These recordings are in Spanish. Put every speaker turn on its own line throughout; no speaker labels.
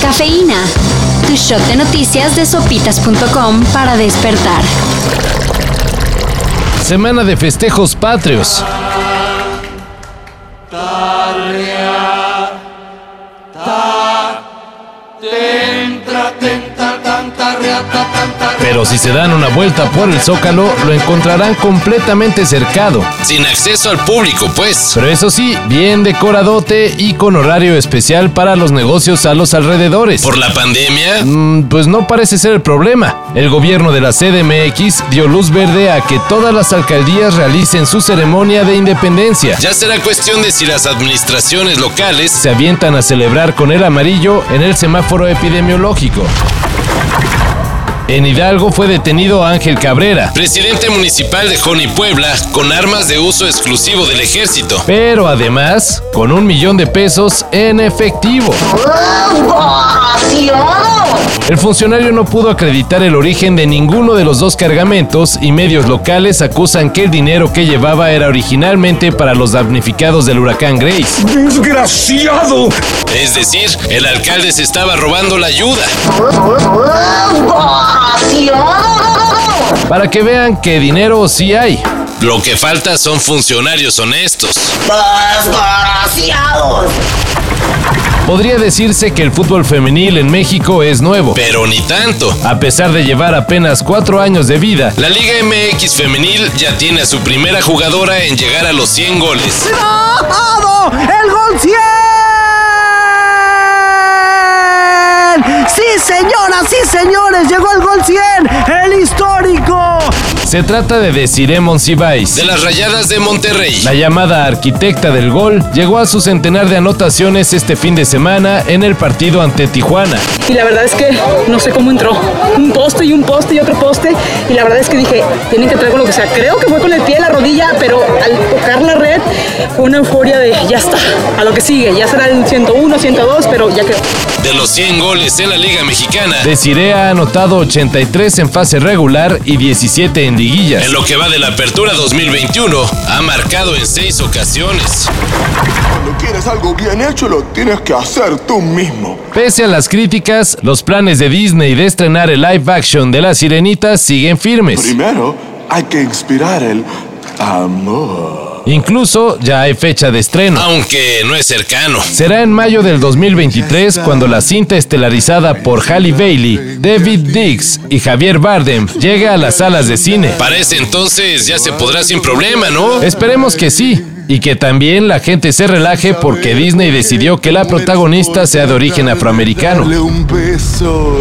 Cafeína. Tu shot de noticias de sopitas.com para despertar.
Semana de festejos patrios. Pero si se dan una vuelta por el zócalo, lo encontrarán completamente cercado. Sin acceso al público, pues. Pero eso sí, bien decoradote y con horario especial para los negocios a los alrededores. ¿Por la pandemia? pues no parece ser el problema. El gobierno de la CDMX dio luz verde a que todas las alcaldías realicen su ceremonia de independencia. Ya será cuestión de si las administraciones locales se avientan a celebrar con el amarillo en el semáforo epidemiológico. En Hidalgo fue detenido Ángel Cabrera, presidente municipal de Joni Puebla, con armas de uso exclusivo del ejército. Pero además, con un millón de pesos en efectivo. El funcionario no pudo acreditar el origen de ninguno de los dos cargamentos y medios locales acusan que el dinero que llevaba era originalmente para los damnificados del huracán Grace.
¡Desgraciado!
Es decir, el alcalde se estaba robando la ayuda. Para que vean que dinero sí hay. Lo que falta son funcionarios honestos.
¡Desgraciado!
Podría decirse que el fútbol femenil en México es nuevo. Pero ni tanto. A pesar de llevar apenas cuatro años de vida, la Liga MX femenil ya tiene a su primera jugadora en llegar a los 100 goles.
¡Bravo! ¡El gol 100! ¡Sí, señoras, sí, señores! ¡Llegó el gol 100! ¡El histórico!
Se trata de Desiree Monsiváis, de las Rayadas de Monterrey. La llamada arquitecta del gol llegó a su centenar de anotaciones este fin de semana en el partido ante Tijuana.
y la verdad es que no sé cómo entró. Un poste y un poste y otro poste. Y la verdad es que dije, tienen que entrar con lo que sea. Creo que fue con el pie de la rodilla, pero al tocar la red fue una euforia de ya está, a lo que sigue. Ya será el 101, 102, pero ya quedó.
De los 100 goles en la Liga Mexicana, Desiree ha anotado 83 en fase regular y 17 en liguillas. En lo que va de la apertura 2021, ha marcado en 6 ocasiones.
Cuando quieres algo bien hecho, lo tienes que hacer tú mismo.
Pese a las críticas, los planes de Disney de estrenar el live action de La Sirenita siguen firmes.
Primero, hay que inspirar el amor.
Incluso ya hay fecha de estreno. Aunque no es cercano. Será en mayo del 2023 cuando la cinta estelarizada por Halle Bailey, David Dix y Javier Bardem llegue a las salas de cine. Parece entonces ya se podrá sin problema, ¿no? Esperemos que sí. Y que también la gente se relaje porque Disney decidió que la protagonista sea de origen afroamericano.
Dale un beso.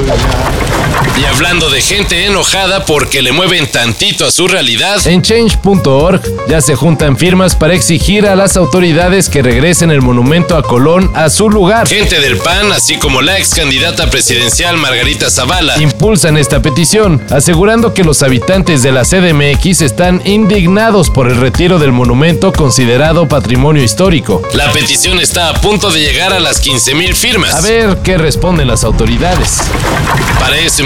Y hablando de gente enojada porque le mueven tantito a su realidad, en change.org ya se juntan firmas para exigir a las autoridades que regresen el monumento a Colón a su lugar. Gente del PAN, así como la ex candidata presidencial Margarita Zavala, impulsan esta petición, asegurando que los habitantes de la CDMX están indignados por el retiro del monumento considerado patrimonio histórico. La petición está a punto de llegar a las 15.000 firmas. A ver qué responden las autoridades. Para eso y